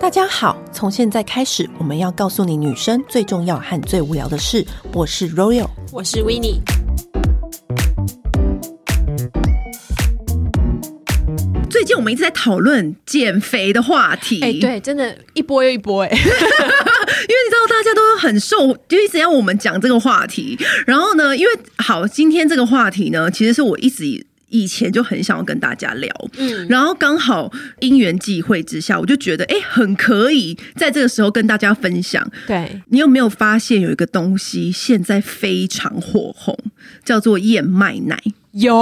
大家好，从现在开始，我们要告诉你女生最重要和最无聊的事。我是 Royal，我是 w i n n i e 最近我们一直在讨论减肥的话题，哎、对，真的，一波又一波、哎， 因为你知道大家都很受，就一直要我们讲这个话题。然后呢，因为好，今天这个话题呢，其实是我一直以以前就很想要跟大家聊，嗯，然后刚好因缘际会之下，我就觉得哎、诶很可以在这个时候跟大家分享。对，你有没有发现有一个东西现在非常火红，叫做燕麦奶？有，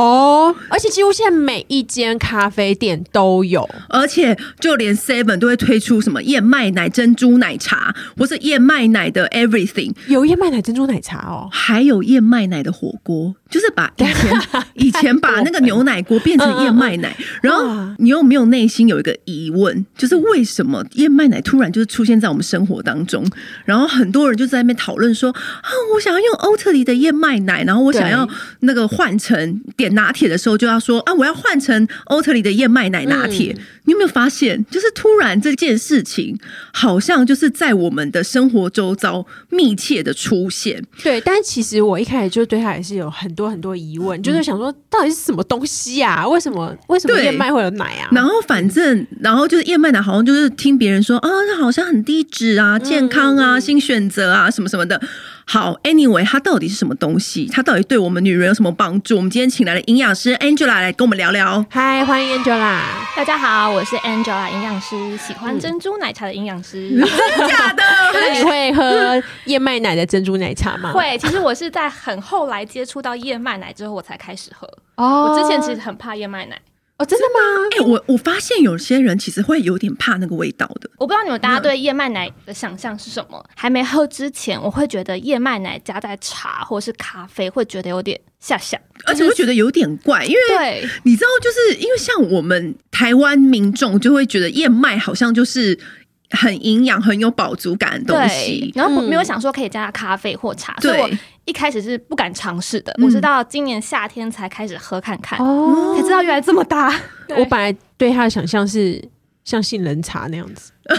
而且几乎现在每一间咖啡店都有，而且就连 Seven 都会推出什么燕麦奶珍珠奶茶，或是燕麦奶的 everything，有燕麦奶珍珠奶茶哦，还有燕麦奶的火锅，就是把以前以前把那个牛奶锅变成燕麦奶。然后哇你有没有内心有一个疑问，就是为什么燕麦奶突然就是出现在我们生活当中？然后很多人就在那边讨论说啊，我想要用欧特里的燕麦奶，然后我想要对那个换成点拿铁的时候就要说啊，我要换成欧特里的燕麦奶拿铁。你有没有发现，就是突然这件事情好像就是在我们的生活周遭密切的出现？对，但其实我一开始就对它也是有很多很多疑问，就是想说到底是什么东西啊？为什么为什么对燕麦会有奶啊？然后反正，然后就是燕麦奶，好像就是听别人说啊，那好像很低脂嗯啊、健康啊、新选择啊什么什么的。好，anyway，它到底是什么东西？它到底对我们女人有什么帮助？我们今天请来了营养师 Angela 来跟我们聊 聊。嗨，欢迎 Angela，大家好，我是 Angela 营养师，喜欢珍珠奶茶的营养师。真假的？哎那你会喝燕麦奶的珍珠奶茶吗？会，其实我是在很后来接触到燕麦奶之后，我才开始喝。哦我之前其实很怕燕麦奶，哦，真的吗？哎、我我发现有些人其实会有点怕那个味道的。我不知道你们大家对燕麦奶的想象是什么。还没喝之前，我会觉得燕麦奶加在茶或是咖啡，会觉得有点下下。而且会觉得有点怪，因为对，你知道，就是因为像我们台湾民众就会觉得燕麦好像就是很营养、很有饱足感的东对，西。然后我嗯没有想说可以加咖啡或茶，所以我对，一开始是不敢尝试的。嗯我是到今年夏天才开始喝看看，哦才知道原来这么大。我本来对它的想象是像杏仁茶那样子。因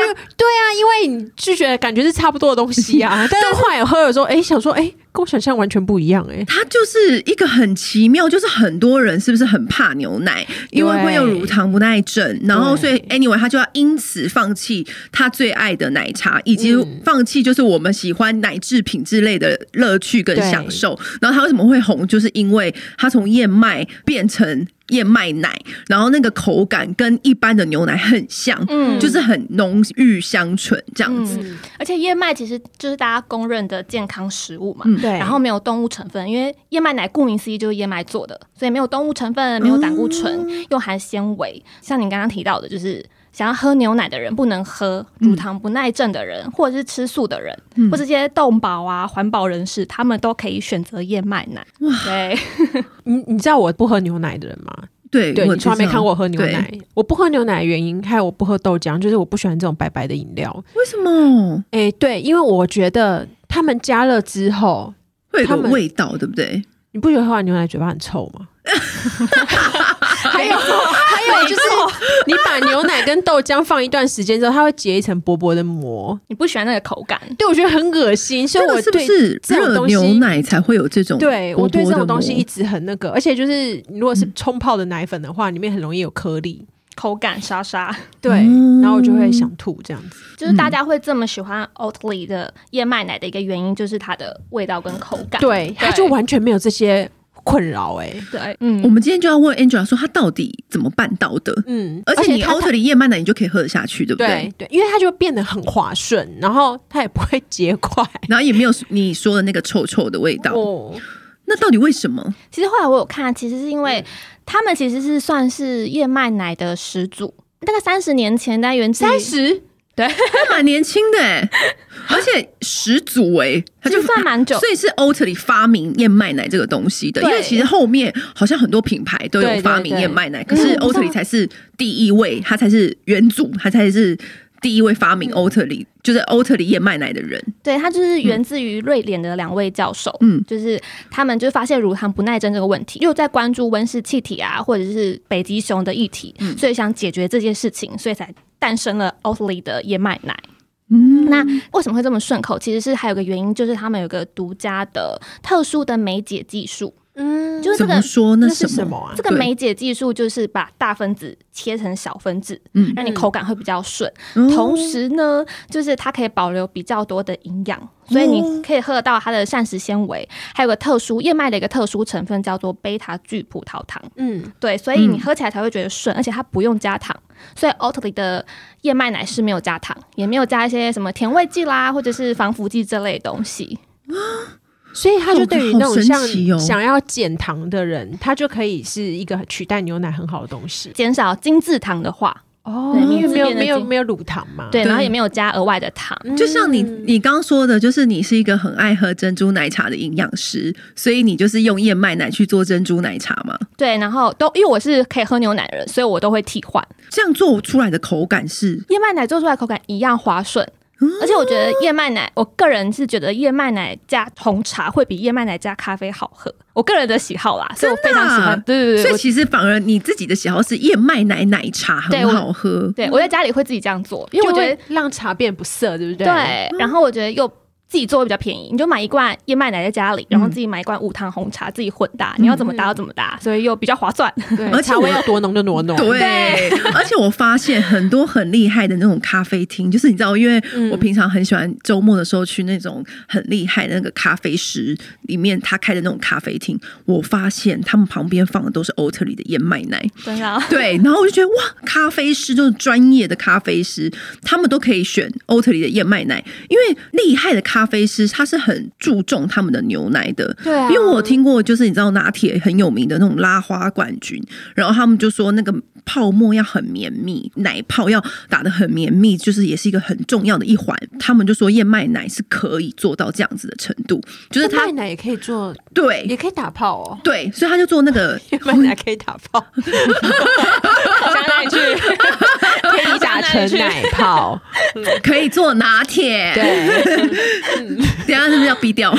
为对啊，因为你就觉得感觉是差不多的东西啊， 但是后来喝的时候，哎、想说，哎、跟我想象完全不一样、哎，它就是一个很奇妙，就是很多人是不是很怕牛奶，因为会有乳糖不耐症，然后所以 anyway 他就要因此放弃他最爱的奶茶，以及嗯放弃就是我们喜欢奶制品之类的乐趣跟对享受。然后他为什么会红，就是因为他从燕麦变成。燕麦奶，然后那个口感跟一般的牛奶很像，嗯就是很浓郁香醇这样子。嗯，而且燕麦其实就是大家公认的健康食物嘛，嗯对然后没有动物成分，因为燕麦奶顾名思义就是燕麦做的，所以没有动物成分，没有胆固醇，嗯又含纤维。像你刚刚提到的，就是想要喝牛奶的人不能喝，乳糖不耐症的人，或者是吃素的人，嗯或者这些动保啊、环保人士，他们都可以选择燕麦奶。对，你你知道我不喝牛奶的人吗？对，对我你从来没知道看过我喝牛对奶，我不喝牛奶的原因，还有我不喝豆浆，就是我不喜欢这种白白的饮料。为什么哎、对，因为我觉得他们加热之后，会有他个们味道，对不对？你不觉得喝完牛奶嘴巴很臭吗？ 还有还有就是，你把牛奶跟豆浆放一段时间之后，它会结一层薄薄的膜，你不喜欢那个口感，对我觉得很恶心，所以这我个是不对是这种热东西牛奶才会有这种对薄我对薄这的嗯种东西膜一直很那个，而且就是如果是冲泡的奶粉的话，里面很容易有颗粒，口感沙沙。对，嗯然后我就会想吐这样子。就是大家会这么喜欢 Oatly 的燕麦奶的一个原因，就是它的味道跟口嗯感。对，它就完全没有这些困扰哎、对，嗯我，们今天就要问 Angela 说，她到底怎么办到的？嗯，而且你它欧特里燕麦奶，你就可以喝得下去，对不对？对对，因为它就变得很滑顺，然后它也不会结块。然后也没有你说的那个臭臭的味道，哦，那到底为什么？其实后来我有看，其实是因嗯为他们其实是算是燕麦奶的始祖，大概三十年前，但源自于三十他蛮年轻的、欸，而且始祖哎、他其就实算蛮久。所以是欧特里发明燕麦奶这个东西的，因对为其实后面好像很多品牌都有对发明燕麦奶，对对可是嗯欧特里才是第一位，他才是元祖，他才是第一位发明欧特里，就是欧特里燕麦奶的人。对，它就是源自于瑞典的两位教授，嗯就是他们就发现乳糖不耐症这个问题，又在嗯关注温室气体啊，或者是北极熊的议题，所以想解决这些事情，所以才诞生了 Oatly 的燕麦奶。嗯那为什么会这么顺口？其实是还有个原因，就是他们有一个独家的、特殊的酶解技术，嗯，就是这怎个么说呢？那是什么啊这个对酶解技术就是把大分子切成小分子，嗯让你口感会比较顺。嗯同时呢，就是它可以保留比较多的营养，所以你可以喝得到它的膳食纤维，还有个特殊燕麦的一个特殊成分叫做贝塔聚葡萄糖。嗯，对，所以你喝起来才会觉得顺，而且它不用加糖。所以 Oatly 的燕麦奶是没有加糖，也没有加一些什么甜味剂啦，或者是防腐剂这类东西。所以它就对于那种好神奇哦像想要减糖的人，它就可以是一个取代牛奶很好的东西减少精制糖的话，哦对因为没有名字变得没有精没有乳糖嘛，对，对然后也没有加额外的糖。啊嗯，就像你你刚说的，就是你是一个很爱喝珍珠奶茶的营养师，所以你就是用燕麦奶去做珍珠奶茶嘛？对，然后都因为我是可以喝牛奶的人，所以我都会替换这样做出来的口感是，燕麦奶做出来口感一样滑顺嗯。而且我觉得燕麦奶，我个人是觉得燕麦奶加红茶会比燕麦奶加咖啡好喝，我个人的喜好啦，所以我非常喜欢。对对对啊所对，以我其实反而你自己的喜好是燕麦奶奶茶对很我好喝，对我在家里会自己这样做，因因为为我我觉觉得得让茶变不涩，对不对？对，然后我觉得又自己做会比较便宜，你就买一罐燕麦奶在家里，然后自己买一罐无糖红茶自己混搭，你要怎么搭就怎么搭，所以又比较划算。对，而且茶我味要多浓就多浓，对，而且我发现很多很厉害的那种咖啡厅，就是你知道，因为我平常很喜欢周末的时候去那种很厉害的那个咖啡师里面他开的那种咖啡厅，我发现他们旁边放的都是欧特里的燕麦奶。 真的 啊、对，然后我就觉得哇，咖啡师就是专业的咖啡师，他们都可以选欧特里的燕麦奶，因为厉害的咖啡师他是很注重他们的牛奶的。对啊因为我有听过，就是你知道拿铁很有名的那种拉花冠军，然后他们就说那个泡沫要很绵密，奶泡要打得很绵密，就是也是一个很重要的一环。他们就说燕麦奶是可以做到这样子的程度，就是燕他麦奶也可以做，也对。可以打泡哦。对，所以他就做那个燕麦奶可以打泡，想哪里去？可以打成奶 泡，可以做拿 铁，对，等一下是不是要逼 掉？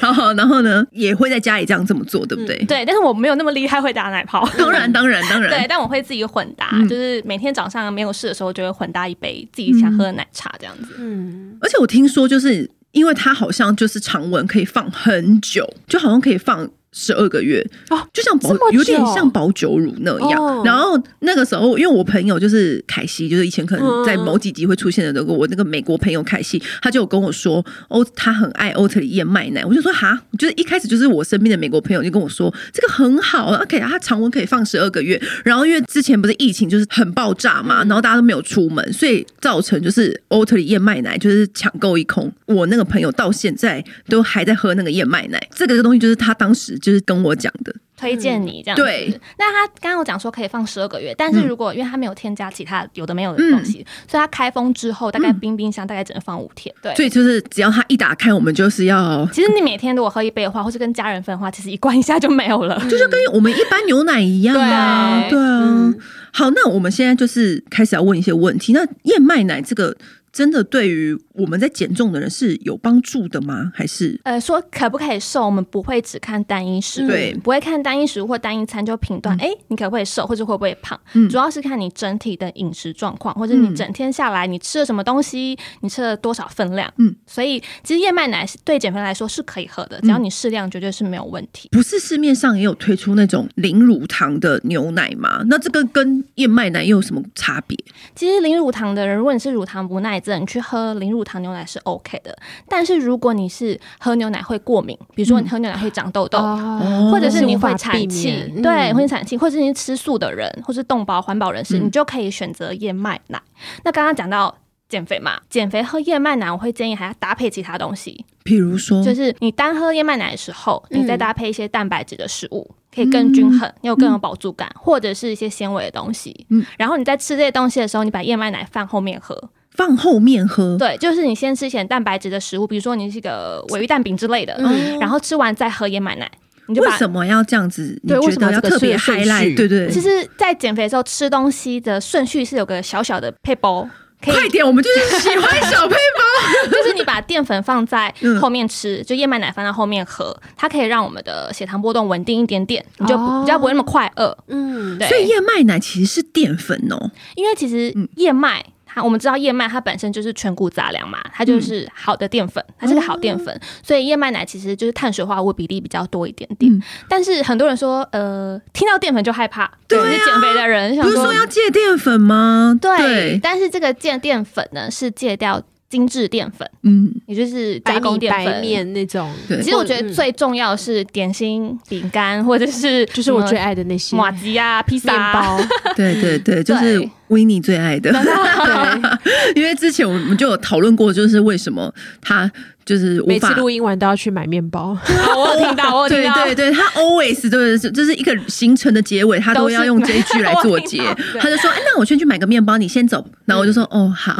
好好， 然后呢，也会在家里这样这么做，对不对？嗯对，但是我没有那么厉害会打奶 泡。当然，当然，当对，然，但我会自己混搭，就是每天早上没有事的时候，就会混搭一杯自己想喝的奶茶这样子。嗯，而且我听说，就是因为它好像就是常温可以放很久，就好像可以放。十二个月啊就像保这么久有点像保酒乳那样。哦然后那个时候，因为我朋友就是凯西，就是以前可能在嗯某几集会出现的那个我那个美国朋友凯西，他就有跟我说，哦，他很爱欧特里燕麦奶。我就说哈，就是一开始就是我身边的美国朋友就跟我说，这个很好啊，给他常温可以放十二个月。然后因为之前不是疫情就是很爆炸嘛，然后大家都没有出门，所以造成就是欧特里燕麦奶就是抢购一空。我那个朋友到现在都还在喝那个燕麦奶，这个东西就是他当时就是跟我讲的，推荐你这样子。对，那他刚刚有讲说可以放十二个月，但是如果、因为他没有添加其他有的没有的东西，所以他开封之后大概冰冰箱大概只能放五天。对，所以就是只要他一打开，我们就是要。其实你每天如果喝一杯的话，或是跟家人分的话，其实一罐一下就没有了。就就跟我们一般牛奶一样啊，对对啊。好，那我们现在就是开始要问一些问题。那燕麦奶这个真的对于我们在减重的人是有帮助的吗？还是呃，说可不可以瘦，我们不会只看单一食物，对不会看单一食物或单一餐就评断，哎、你可不可以瘦，或者会不会胖，主要是看你整体的饮食状况，或者你整天下来你吃了什么东西，你吃了多少分量，嗯，所以其实燕麦奶是对减肥来说是可以喝的，只要你适量，绝对是没有问题。不是市面上也有推出那种零乳糖的牛奶吗？那这个跟燕麦奶又有什么差别？其实零乳糖的人，如果你是乳糖不耐症，你去喝零乳糖牛奶是 OK 的。但是如果你是喝牛奶会过敏，比如说你喝牛奶会长痘痘，哦或者是你会是无法避产气免，嗯对，会产气，或者是你吃素的人，或是动保环保人士，嗯你就可以选择燕麦奶。那刚刚讲到。减肥嘛，减肥喝燕麦奶，我会建议还要搭配其他东西，比如说， 就是你单喝燕麦奶的时候，嗯你再搭配一些蛋白质的食物，可以更均衡，又更有嗯饱足感，或者是一些纤维的东西。嗯然后你在吃这些东西的时候，你把燕麦奶放后面喝，放后面喝，对，就是你先吃一些蛋白质的食物，比如说你是一个尾鱼蛋饼之类的，嗯然后吃完再喝燕麦奶，你就为把。什么要这样子？你对为觉什么得要这个特别顺序 highlight？对对其实，在减肥的时候吃东西的顺序是有个小小的配包，可以快点，我们就是喜欢小配方。就是你把淀粉放在嗯后面吃，就燕麦奶放到后面喝，它可以让我们的血糖波动稳定一点点，你就不哦比较不会那么快饿。嗯， 对，所以燕麦奶其实是淀粉哦，因为其实燕麦。它我们知道燕麦它本身就是全谷杂粮嘛，它就是嗯好的淀粉，它是个好淀粉，哦所以燕麦奶其实就是碳水化合物比例比较多一点点。嗯但是很多人说，呃，听到淀粉就害怕，对尤其是啊减肥的人想不是说要戒淀粉吗？对，，但是这个戒淀粉呢是戒掉精致淀粉，嗯，也就是加白工米淀白粉。面那种，对其实我觉得嗯最重要的是点心、饼干，或者是就是我最爱的那些马吉啊、披萨面啊、包，对对对，就是 Winnie 最爱 的。对，因为之前我们就有讨论过，就是为什么他就是无每次法。录音完都要去买面包， 啊我有听到，我有听对到，对对，他 always 就是就是一个行程的结尾，他都要用这一句来做结都是我听。到他就说、哎那我先去买个面包，你先走。”然后我就说：“哦，好。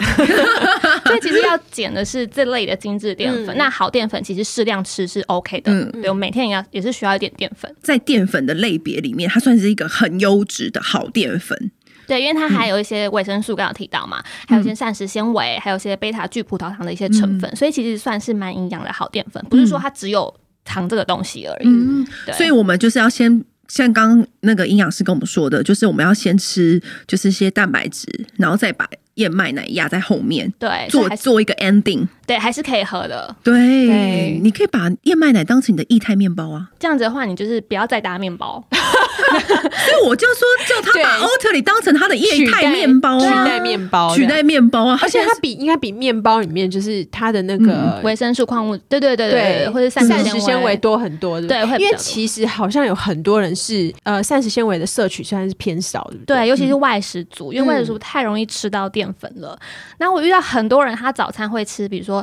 所以其实要减的是这类的精致淀粉。嗯那好淀粉其实适量吃是 OK 的，嗯对我每天也要也是需要一点淀粉，”在淀粉的类别里面，它算是一个很优质的好淀粉。对，因为它还有一些维生素，刚刚有提到嘛，还有一些膳食纤维，还有一些贝塔聚葡萄糖的一些成分，所以其实算是蛮营养的好淀粉，不是说它只有糖这个东西而已。嗯，对，所以我们就是要先。像刚刚那个营养师跟我们说的，就是我们要先吃，就是一些蛋白质，然后再把燕麦奶压在后面，对，所以做还是做一个 ending。对还是可以喝的。对，对你可以把燕麦奶当成你的液态面包 啊。这样子的话，你就是不要再搭面包。所以我就说叫他把对 Oatly 当成他的液取代态面包取啊，代面包，取代面包啊，而且它它比应该比面包里面就是它的那个维生素、矿物，对对对对，或者膳膳食食纤维维，多很多，对不对会比因为较多其实好像有很多人是呃膳食纤维的摄取虽然是偏少，对不对，？尤其是外食族，因为外食族太容易吃到淀粉了。那我遇到很多人，他早餐会吃，比如说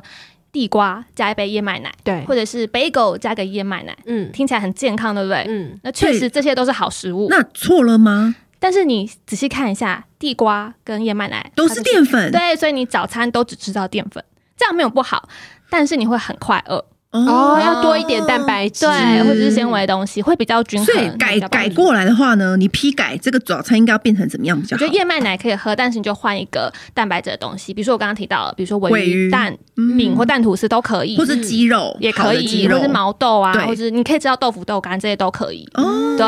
地瓜加一杯燕麦奶，对或者是 bagel 加个燕麦奶，嗯听起来很健康，对不对？嗯，那确对实这些都是好食物，那错了吗？但是你仔细看一下，地瓜跟燕麦奶都它是就淀粉对，所以你早餐都只吃到淀粉，这样没有不好，但是你会很快饿，哦，要多一点蛋。白嗯质，对，或者是纤维的东西会比较均衡。所以会比改较改帮助过来的话呢，你批改这个早餐应该要变成怎么样比较我好觉得？燕麦奶可以喝，但是你就换一个蛋白质的东西，比如说我刚刚提到了，比如说鲔鲔鱼嗯鱼、蛋饼或蛋吐司都可以，或是鸡肉嗯也好可的鸡以，肉或是毛豆啊对，或者你可以吃到豆腐、豆干这些都可以。哦，对，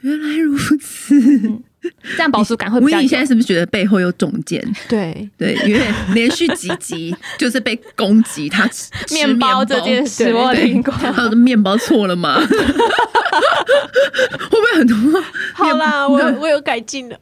原来如此。这样饱足感会比维较尼有。现在是不是觉得背后有中箭？对对，因为 连续几集就是被攻击，他吃吃面包这件事对我有对听过，他的面包错了吗？会 不会很多？好啦，我我有改进了，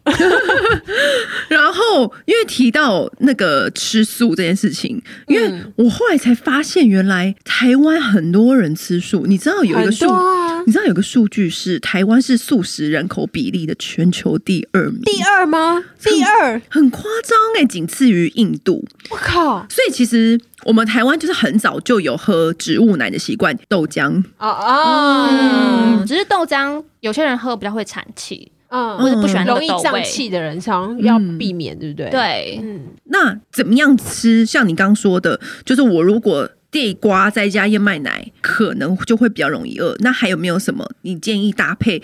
然后因为提到那个吃素这件事情，因为嗯我后来才发现，原来台湾很多人吃素。你知道有一个很数，多啊。你知道有个数据是台湾是素食人口比例的全球第二名，第二 吗？第二，很夸张哎、仅次于印度。我靠！所以其实我们台湾就是很早就有喝植物奶的习惯，豆浆。哦哦嗯，，只是豆浆有些人喝比较会产气，嗯或者不喜欢那容个易豆胀味。气的人，常常要避免，对不对？，对，嗯，那怎么样吃？像你刚刚说的，就是我如果地瓜再加燕麦奶，可能就会比较容易饿。那还有没有什么你建议搭配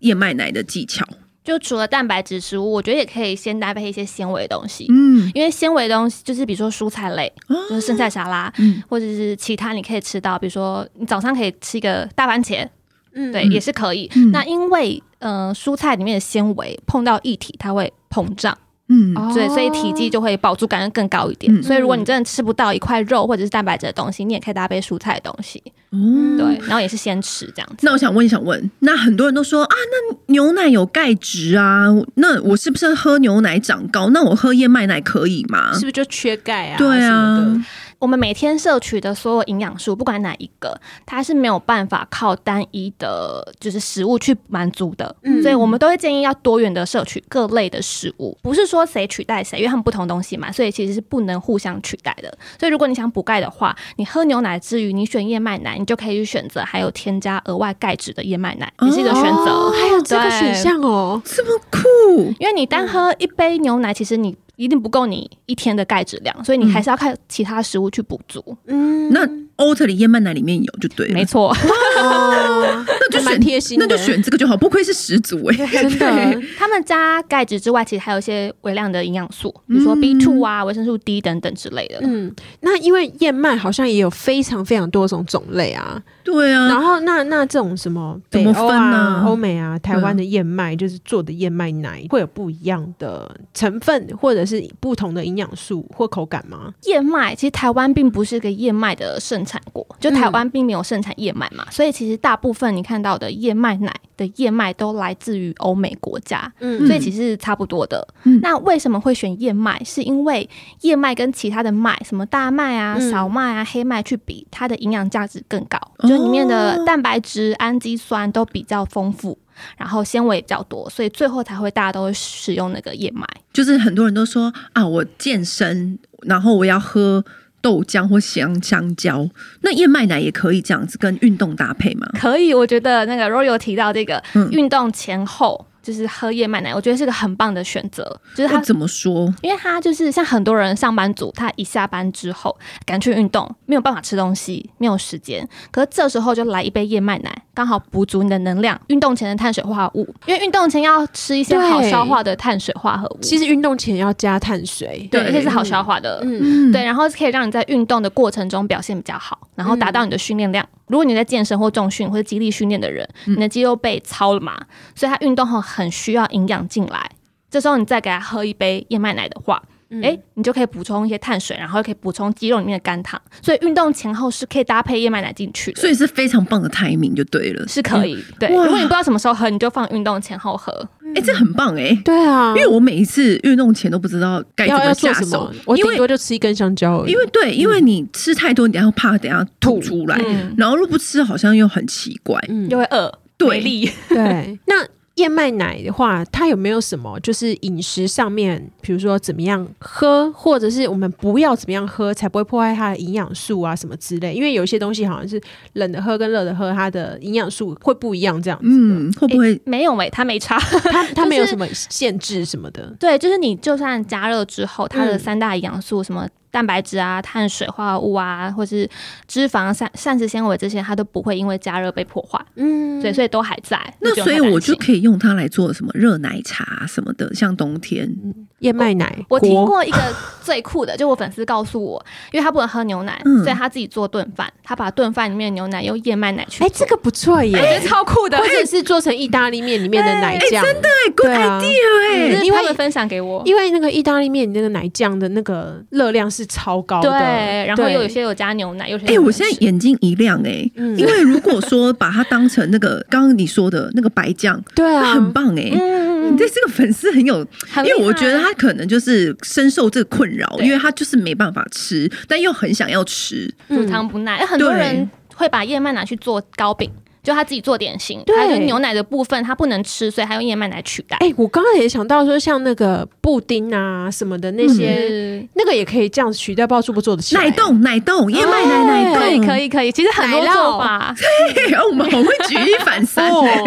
燕麦奶的技巧？就除了蛋白质食物，我觉得也可以先搭配一些纤维的东西。嗯，啊因为纤维的东西就是比如说蔬菜类，就是生菜沙拉，嗯或者是其他你可以吃到，比如说你早上可以吃一个大番茄，嗯对，也是可以。那因为呃蔬菜里面的纤维碰到液体，它会膨胀，嗯，哦对，所以体积就会饱足感更高一点。嗯所以如果你真的吃不到一块肉或者是蛋白质的东西，你也可以搭配蔬菜的东西，哦，对，然后也是先吃这样子。那我想问，想问，那很多人都说啊，那牛奶有钙质啊，那我是不是喝牛奶长高？那我喝燕麦奶可以吗？是不是就缺钙啊？对什么的啊，我们每天摄取的所有营养素，不管哪一个，它是没有办法靠单一的，就是食物去满足的。嗯所以我们都会建议要多元的摄取各类的食物，不是说谁取代谁，因为它们不同东西嘛，所以其实是不能互相取代的。所以如果你想补钙的话，你喝牛奶之余，你选燕麦奶，你就可以去选择还有添加额外钙质的燕麦奶，也是一个选择。哦还有这个对选项哦。这么酷，因为你单嗯喝一杯牛奶，其实你一定不够你一天的钙质量，所以你还是要靠其他食物去补足。 嗯那欧特里燕麦奶里面有就对了，没错，哦，那就还蛮选贴心的那就 选这个就好，不愧是始祖哎、真的，他们加钙质之外，其实还有一些微量的营养素，比如说嗯 B two 啊、维生素 D 等等之类的。嗯，那因为燕麦好像也有非常非常多种种类啊， 对啊，然后那那这种什么怎北么欧分嗯啊啊、欧美啊、台湾的燕麦，就是做的燕麦奶会有不一样的成分，或者是不同的营养素或口感吗？燕麦其实台湾并不是一个燕麦的盛产国，就台湾并没有盛产燕麦嘛，所以其实大部分你看到的燕麦奶的燕麦都来自于欧美国家，嗯所以其实是差不多的。嗯那为什么会选燕麦？是因为燕麦跟其他的麦，什么大麦啊、嗯小麦啊、黑麦去比，它的营养价值更高，哦就里面的蛋白质、氨基酸都比较丰富，然后纤维也比较多，所以最后才会大家都会使用那个燕麦。就是很多人都说啊，我健身，然后我要喝豆浆或香香蕉，那燕麦奶也可以这样子跟运动搭配吗？可以，我觉得那个 Roy 有提到这个嗯运动前后就是喝燕麦奶，我觉得是个很棒的选择，就是我它。怎么说？因为它就是像很多人上班族，他一下班之后赶去运动，没有办法吃东西，没有时间。可是这时候就来一杯燕麦奶，刚好补足你的能量。运动前的碳水化合物，因为运动前要吃一些对好消化的碳水化合物，其实运动前要加碳水，嗯对，对而且是好消化的。嗯，嗯，对，然后可以让你在运动的过程中表现比较好，然后达到你的训练量。如果你在健身或重训或者肌力训练的人，嗯你的肌肉被操了嘛，所以他运动后很需要营养进来。这时候你再给他喝一杯燕麦奶的话，哎、你就可以补充一些碳水，然后又可以补充肌肉里面的肝糖。所以运动前后是可以搭配燕麦奶进去的，所以是非常棒的 timing 就对了。是可以。对，哇如果你不知道什么时候喝，你就放运动前后喝。哎、这很棒哎、对啊因，为我每一次运动前都不知道该怎要要下做什手么？，我因顶为多就吃一根香蕉而已，因为对，因为你吃太多，你等下怕等下吐吐出来，嗯然后如果不吃好像又很奇怪。嗯又会饿，对没力。 对，那燕麦奶的话，它有没有什么就是饮食上面，比如说怎么样喝，或者是我们不要怎么样喝，才不会破坏它的营养素啊什么之类？因为有一些东西好像是冷的喝跟热的喝，它的营养素会不一样，这样子。嗯，嗯，会不会？没有喂、他没差。 它它没有就是什么限制什么的。对，就是你就算加热之后，它的嗯三大营养素，什么蛋白质啊、碳水化合物啊，或是脂肪、膳膳食纤维这些，它都不会因为加热被破坏，嗯对，所以都还在。那不用所以太担我就心可以用它来做什么热奶茶啊什么的，像冬天燕麦奶，我听锅，过一个最酷的，就我粉丝告诉我，因为他不能喝牛奶，嗯所以他自己做炖饭，他把炖饭里面的牛奶用燕麦奶去哎、，这个不错耶，我觉得超酷的或。者是做成意大利面里面的奶酱，真的对，good 对啊 idea 哎、就是因为他们分享给我，因为那个意大利面那个奶酱的那个热量是超高的，对，然后对有些有加牛奶，有些哎、我现在也眼睛一亮哎、嗯因为如果说把它当成那个刚刚你说的那个白酱，对那啊，很棒哎、嗯，你对这个粉丝很有，很因为我厉害觉得他可能就是深受这个困扰，对因为他就是没办法吃，但又很想要吃。乳糖不耐。哎很多对人会把燕麦拿去做糕饼，就他自己做点心，对还有牛奶的部分他不能吃，所以他用燕麦奶取代。哎、我刚刚也想到说，像那个布丁啊什么的嗯那些，是那个也可以这样取代，不知道做不做得起来。奶冻，奶冻，燕麦奶奶哦可以冻，可以可以，其实很多奶酪做法， 对，然后我们很会举一反三哦， 哎、哎、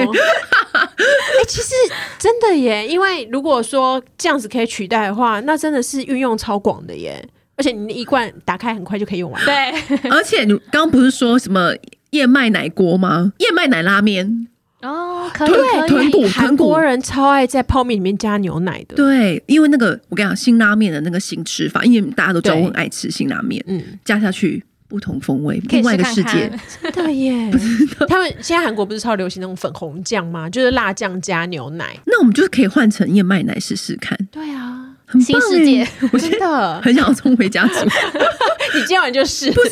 其实真的耶，因为如果说这样子可以取代的话，那真的是运用超广的耶，而且你那一罐打开很快就可以用完。对，而且你刚刚不是说什么燕麦奶锅吗？燕麦奶拉面， 哦，可以对，可豚以，骨，韩豚骨国。人超爱在泡面里面加牛奶的，对，因为那个我跟你讲，辛拉面的那个新吃法，因为大家都知道我很爱吃辛拉面，嗯，加下去不同风味，可以另外一个试看世界看。。真的 耶。他们现在韩国不是超流行那种粉红酱吗？就是辣酱加牛奶。那我们就可以换成燕麦奶试试看，对啊，很新棒、欸、世界，我现真的在，很想要冲回 家煮，不你今晚就是。是因为现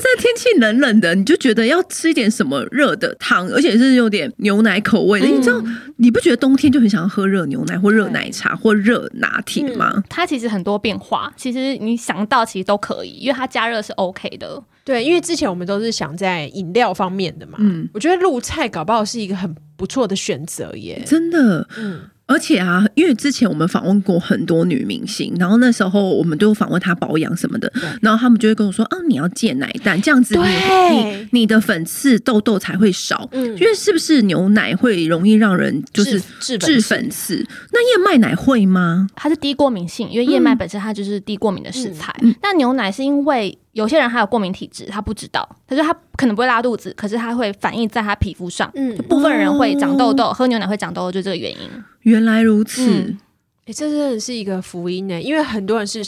在天气冷冷的，你就觉得要吃一点什么热的汤，而且是有点牛奶口味嗯的。你知道，你不觉得冬天就很想要喝热牛奶或热奶茶或热拿嗯铁吗？它其实很多变化，其实你想到其实都可以，因为它加热是 OK 的。对，因为之前我们都是想在饮料方面的嘛，嗯我觉得露菜搞不好是一个很不错的选择耶。真的，嗯，而且啊，因为之前我们访问过很多女明星，然后那时候我们都访问她保养什么的，然后他们就会跟我说：“啊，你要戒奶蛋，这样子你对你你的粉刺痘痘才会少。嗯因为是不是牛奶会容易让人就是治治治粉刺？那燕麦奶会吗？它是低过敏性，因为燕麦本身它就是低过敏的食材。那牛奶是因为有些人他有过敏体质，他不知道，他说他可能不会拉肚子，可是他会反映在他皮肤上。嗯，部分人会长痘痘，喝牛奶会长痘痘，就这个原因。原来如此。嗯哎、这真的是一个福音呢、因为很多人是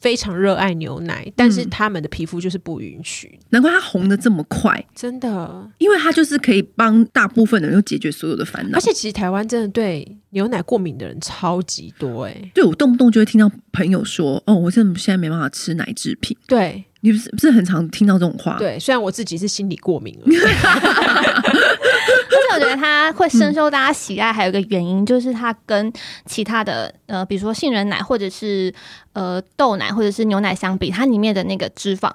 非常热爱牛奶，但嗯是他们的皮肤就是不允许，难怪它红的这么快，真的。因为它就是可以帮大部分的人都解决所有的烦恼而。且其实台湾真的对牛奶过敏的人超级多哎、对我动不动就会听到朋友说：“哦，我真的现在没办法吃奶制品。对”你不是不是很常听到这种话？对，虽然我自己是心理 过敏了，但是我觉得它会深受大家喜爱，还有一个原因就是它跟其他的呃，比如说杏仁奶或者是呃豆奶或者是牛奶相比，它里面的那个脂肪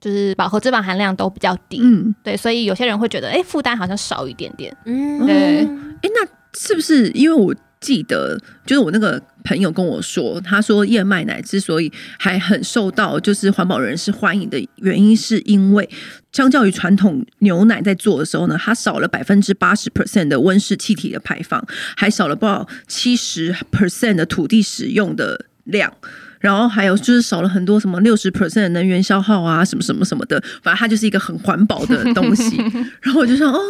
就是饱和脂肪含量都比较低。嗯，对，所以有些人会觉得，哎、负担好像少一点点。嗯对哎，那是不是因为我记得，就是我那个朋友跟我说，他说燕麦奶之所以还很受到就是环保人士欢迎的原因，是因为相较于传统牛奶在做的时候呢，它少了百分之八十 percent 的温室气体的排放，还少了不少七十 percent 的土地使用的量。然后还有就是少了很多什么六十 percent 的能源消耗啊，什么什么什么的，反正它就是一个很环保的东西。然后我就想哦，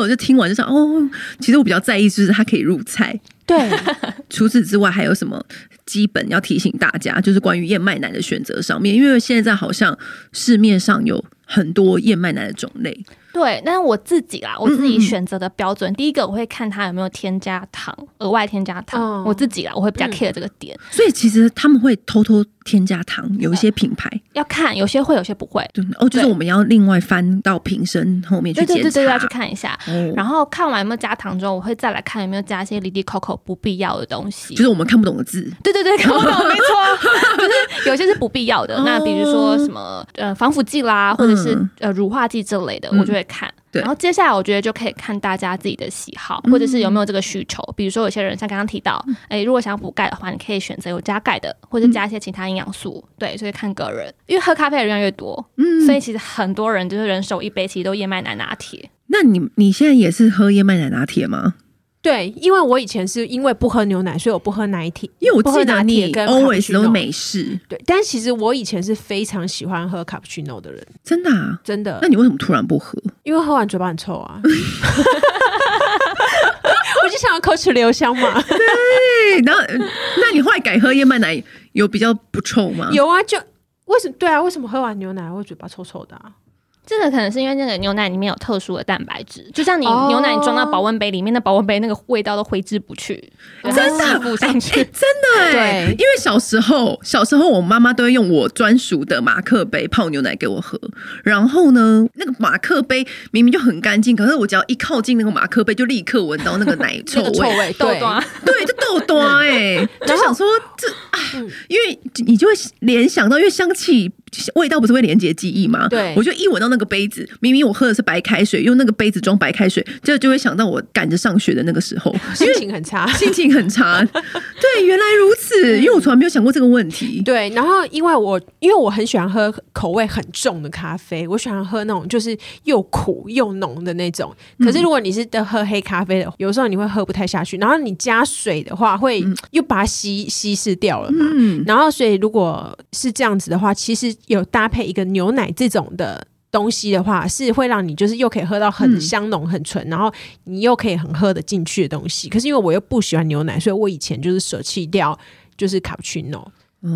我就听完就想哦，其实我比较在意就是它可以入菜。对，除此之外，还有什么基本要提醒大家，就是关于燕麦奶的选择上面，因为现在好像市面上有很多燕麦奶的种类，对，但是我自己啦，我自嗯嗯己嗯选择的标准，第一个我会看它有没有添加糖，额外添加糖。哦我自己啦，我会比较嗯 care 这个点，所以其实他们会偷偷添加糖，有一些品牌。要看有些会，有些不会。对哦，就是对我们要另外翻到瓶身后面去对对检对对，要去查。看一下。哦，然后看完有没有加糖之后，我会再来看有没有加一些 Lady Coco 不必要的东西。就是我们看不懂的字，对对对，看不懂，没错，就是有些是不必要的。哦那比如说什么呃防腐剂啦，或者是、嗯呃乳化剂之类的，嗯我就会看。对嗯然后接下来我觉得就可以看大家自己的喜好，或者是有没有这个需求。比如说有些人像刚刚提到，哎、如果想要补钙的话，你可以选择有加钙的，嗯或者加一些其他营养素。对，所以看个人，因为喝咖啡的人越来越多，嗯，所以其实很多人就是人手一杯，其实都燕麦奶拿铁。那你你现在也是喝燕麦奶拿铁吗？对，因为我以前是因为不喝牛奶，所以我不喝奶体。因为我不喝记得拿你铁跟 always 都 cappuccino 美式，对，但其实我以前是非常喜欢喝卡布奇诺的人，真的、啊？真的那，你为什么突然不喝？因为喝完嘴巴很臭啊。 我就想要口齿留香 嘛。对，然后呃 那你后来改喝燕麦奶有比较不臭吗？有啊，就为什么？对啊，为什么喝完牛奶会嘴巴臭臭的啊？这个可能是因为那个牛奶里面有特殊的蛋白质，就像你哦牛奶你装到保温杯里面，那保温杯那个味道都挥之不去，真的然后它吸附上去。真的哎、对因为小时候，小时候我妈妈都会用我专属的马克杯泡牛奶给我喝，然后呢，那个马克杯明明就很干净，可是我只要一靠近那个马克杯，就立刻闻到那个奶臭 那个味，臭味，豆对豆啊， 对，就豆多 哎、就想说这啊，嗯因为你就会联想到，因为香气味道不是会连接记忆吗？对我就一闻到那个杯子，明明我喝的是白开水，用那个杯子装白开水，这就会想到我赶着上学的那个时 候，因心为情很差。心情很差。对，原来如此，因为我从来没有想过这个问题。嗯对，然后因为我因为我很喜欢喝口味很重的咖啡，我喜欢喝那种就是又苦又浓的那种。可嗯是如果你是喝黑咖啡的，有时候你会喝不太下去，然后你加水的话，会又把它稀稀释掉了嘛。嗯，然后所以如果是这样子的话，其实有搭配一个牛奶这种的。东西的话是会让你就是又可以喝到嗯很香浓、很纯，然后你又可以很喝得进去的东西。可是因为我又不喜欢牛奶，所以我以前就是舍弃掉就是卡布奇诺。哦，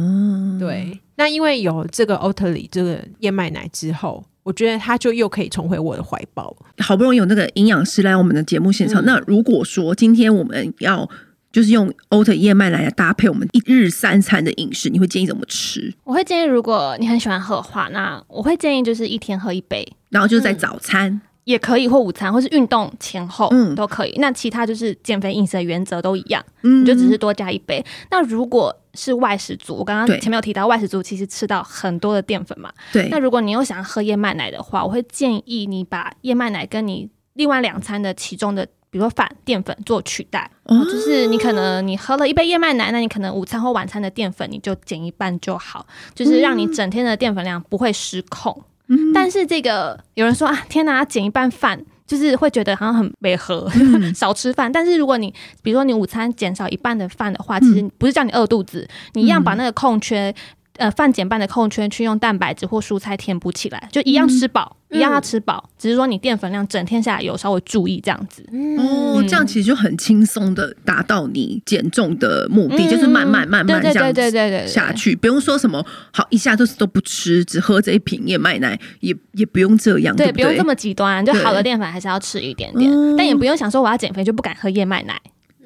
对，那因为有这个 Oatly 这个燕麦奶之后，我觉得它就又可以重回我的怀抱。好不容易有那个营养师来我们的节目嗯现场。那如果说今天我们要就是用欧特燕麦奶来搭配我们一日三餐的饮食，你会建议怎么吃？我会建议，如果你很喜欢喝的话，那我会建议就是一天喝一杯然后就是嗯在早餐，也可以，或午餐，或是运动前后、嗯都可以。那其他就是减肥饮食的原则都一样，嗯你就只是多加一杯。那如果是外食族，我刚刚对前面有提到外食族其实吃到很多的淀粉嘛，对那如果你又想喝燕麦奶的话，我会建议你把燕麦奶跟你另外两餐的其中的，比比如说反淀粉做取代。啊哦，就是你可能你喝了一杯燕麦奶，那你可能午餐或晚餐的淀粉你就减一半就好，就是让你整天的淀粉量不会失控。嗯但是这个有人说啊，天哪，减一半饭。就是会觉得好像很违和，嗯 少吃饭。但是如果你，比如说你午餐减少一半的饭的嗯话，其实不是叫你饿肚子，你一样把那个空缺，呃，饭减半的空缺去用蛋白质或蔬菜填补起来，就一样吃饱，一样要吃饱，只是说你淀粉量整天下来有稍微注意这样子。哦，这嗯样其实就很轻松的达到你减重的目的，嗯就是慢慢慢慢对这样对对对子对对，对下。去，不用说什么好一下就是都不吃，只喝这一瓶燕麦奶，也也不用这样，对，不不用对这？么极端，就对好的淀粉还是要吃一点点嗯，但也不用想说我要减肥就不敢喝燕麦奶。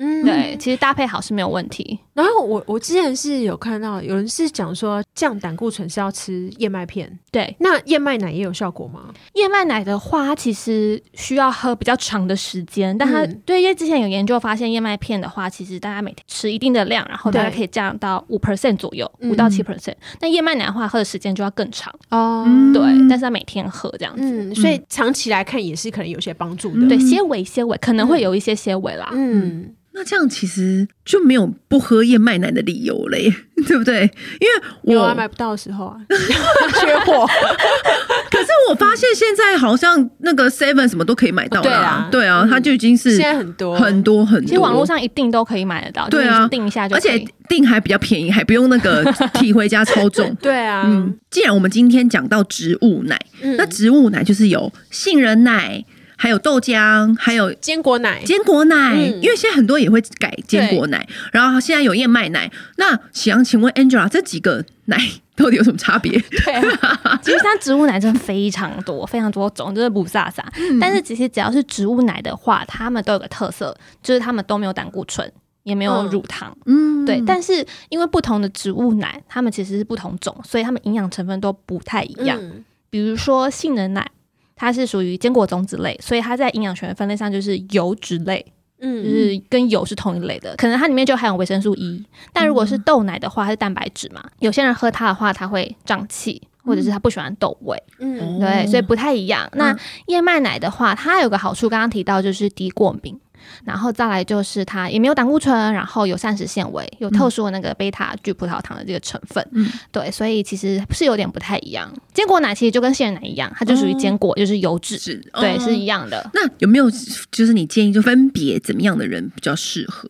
嗯对，其实搭配好是没有问题。然后我我之前是有看到有人是讲说降胆固醇是要吃燕麦片，对，那燕麦奶也有效果吗？燕麦奶的话，它其实需要喝比较长的时间，但它、嗯对，因为之前有研究发现，燕麦片的话，其实大家每天吃一定的量，然后大概对可以降到五 percent 左右，嗯五到七 percent。那燕麦奶的话，喝的时间就要更长，哦嗯对，但是它每天喝这样子，嗯，所以长期来看也是可能有些帮助的。对，些微些微可能会有一些些微啦，嗯，那这样其实就没有不喝燕麦奶的理由了耶， 对不对？因为有我啊，买不到的时候啊， 缺货。可是我发现现在好像那个 Seven 什么都可以买到哦对啦啊，对啊，嗯它就已经是现在很多很多很多，其实网络上一定都可以买得到，对啊就是你订一下就而可以。且订还比较便宜，还不用那个 提回家超重。对啊，嗯，既然我们今天讲到植物奶，嗯那植物奶就是有杏仁奶，还有豆浆，还有坚果奶坚果奶，嗯因为现在很多也会改坚果奶，然后现在有燕麦奶。那想请问 Angela，这几个奶到底有什么差别？对 啊，其实它植物奶真的非常多，非常多种，就是不飒飒。但是其实只要是植物奶的话，它们都有个特色，就是它们都没有胆固醇，也没有嗯乳糖。嗯，对，但是因为不同的植物奶，它们其实是不同种，所以它们营养成分都不太一样。嗯比如说杏仁奶，它是属于坚果种子类，所以它在营养学分类上就是油脂类。就嗯是跟油是同一类的，可能它里面就含有维生素 E。但如果嗯是豆奶的话，它是蛋白质嘛。有些人喝它的话，它会胀气，或者是他不喜欢豆味，嗯哦嗯对，所以不太一样。那燕麦奶的话，它有个好处，刚刚提到就是低过敏。然后再来就是它也没有胆固醇，然后有膳食纤维，有特殊的那个贝塔聚葡萄糖的这个成分，嗯对，所以其实是有点不太一样。坚果奶其实就跟杏仁奶一样，它就属于坚果，就是油脂，嗯是嗯对，是一样。样的。那有没有就是你建议就分别怎么样的人比较适合？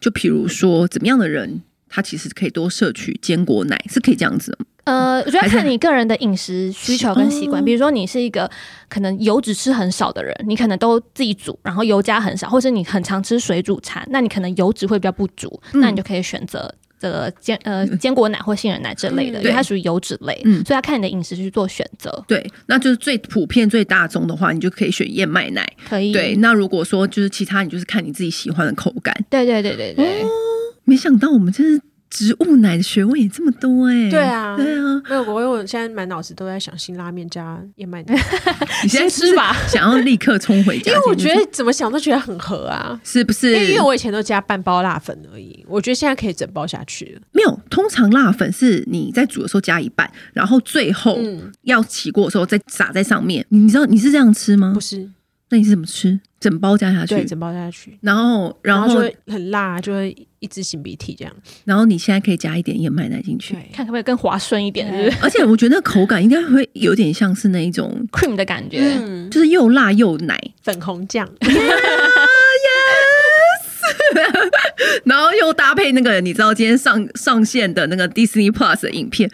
就比如说怎么样的人，他其实可以多摄取坚果奶，是可以这样子的吗呃，我觉得看你个人的饮食需求跟习哦惯。比如说，你是一个可能油脂吃很少的人，你可能都自己煮，然后油加很少，或是你很常吃水煮餐，那你可能油脂会比较不足，那你就可以选择。这个坚呃坚果奶或杏仁奶这类的，嗯因为它属于油脂类，嗯所以要看你的饮食去做选择，对，那就是最普遍、最大宗的话，你就可以选燕麦奶。可嗯以对，那如果说就是其他，你就是看你自己喜欢的口感。对对对对对，没想到我们真是植物奶的学问也这么多哎、对啊对啊，没有，我我现在满脑子都在想辛拉面加燕麦 奶，你现在先吃吧，想要立刻冲回家， 因为我觉简直得怎么想都觉得很合啊。是不是？因为因为我以前都加半包辣粉而已，我觉得现在可以整包下去了。没有，通常辣粉是你在煮的时候加一半，然后最后嗯要起锅的时候再撒在上面。你知道你是这样吃吗不？嗯是，那你是怎么吃？整包加下嗯对，去，整包下去，然后然然后就后会很辣，啊就会一直擤鼻涕这样。然后你现在可以加一点燕麦奶进去。对，看可不可以更滑顺一点，就是而且我觉得口感应该会有点像是那一种， cream 的感觉。嗯，就是又辣又奶，粉红 酱， 然后又搭配那个你知道今天上上线的那个 Disney Plus 的影片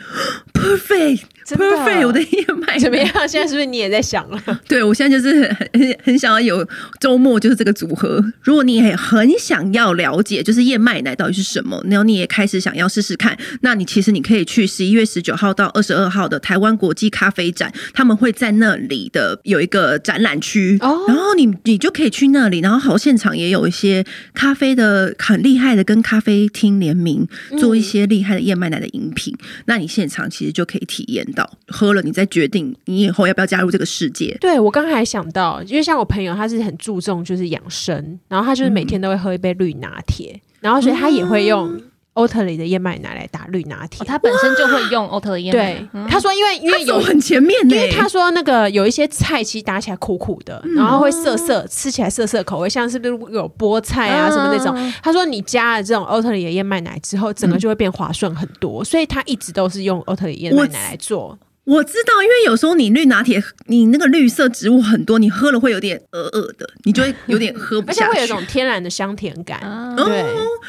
，perfect 真的 perfect，我的燕麦怎么奶。样？现在是不是你也在想了？ 对我现在就是很很很想要有周末就是这个组合。如果你也很想要了解就是燕麦奶到底是什么，然后你也开始想要试试看，那你其实你可以去十一月十九号到二十二号的台湾国际咖啡展，他们会在那里的有一个展览区，哦然后你你就可以去那里，然后好现场也有一些咖啡的很厉害的跟咖啡厅联名做一些厉害的燕麦奶的饮品，那你现场其实就可以体验到，喝了你再决定你以后要不要加入这个世界。对我刚才还想到，因为像我朋友，他是很注嗯重就是养生，然后他就是每天都会喝一杯绿拿铁，然后所以他也会用 Oatly 的燕麦奶来打绿拿铁。嗯哦他本身就会用欧特的燕麦对奶，嗯，他说因为因为有有很前面呢、因为他说那个有一些菜其实打起来苦苦的，然后会涩涩，吃起来涩涩口味，像是不是有菠菜啊嗯什么那种嗯嗯。他说你加了这种欧特里的燕麦奶之后，整个就会变滑顺很多，所以他一直都是用欧特里燕麦奶来做。我知道，因为有时候你绿拿铁，你那个绿色植物很多，你喝了会有点呃呃的，你就会有点喝不而且下会有一去。种天然的香甜感，啊，对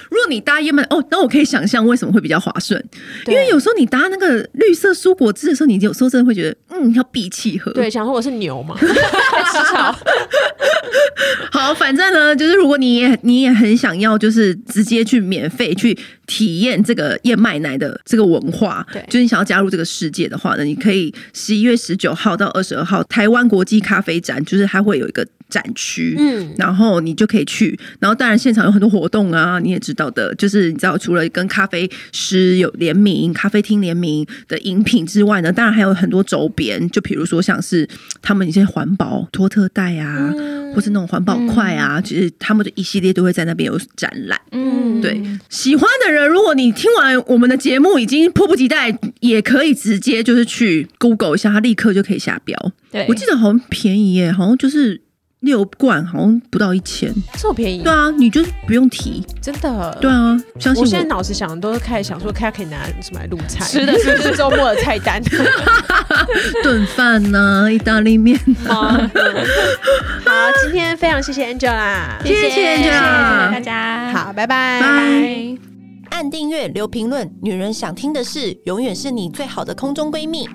如果你搭燕麦哦，那我可以想象为什么会比较划算，因对为有时候你搭那个绿色蔬果汁的时候，你有时候真的会觉得，嗯，要闭气喝。对，想说我是牛嘛，吃草，好，反正呢，就是如果你也你也很想要，就是直接去免费去体验这个燕麦奶的这个文化，对就是你想要加入这个世界的话呢，你可以十一月十九号到二十二号台湾国际咖啡展，就是它会有一个展区，嗯，然后你就可以去，然后当然现场有很多活动啊，你也知道的，就是你知道除了跟咖啡师有联名、咖啡厅联名的饮品之外呢，当然还有很多周边，就比如说像是他们一些环保托特袋嗯啊，或是那种环保筷啊，其实他们的一系列都会在那边有展览。嗯，对，喜欢的人，如果你听完我们的节目已经迫不及待，也可以直接就是去 Google 一下，它立刻就可以下标。对，我记得好像便宜耶，好像就是六罐，好像不到一千。这么便宜对，啊，你就是不用提。真的，对。啊，相信我现在我。脑子想的都是开始想说，看可以拿什么来录菜，吃的是 不是周末的菜单？炖饭呐，意大利面、吗？好，今天非常谢谢 Angela，谢谢谢谢 Angela 谢谢大家，，好，拜拜，拜。按订阅，留评论，女人想听的事，永远是你最好的空中闺蜜。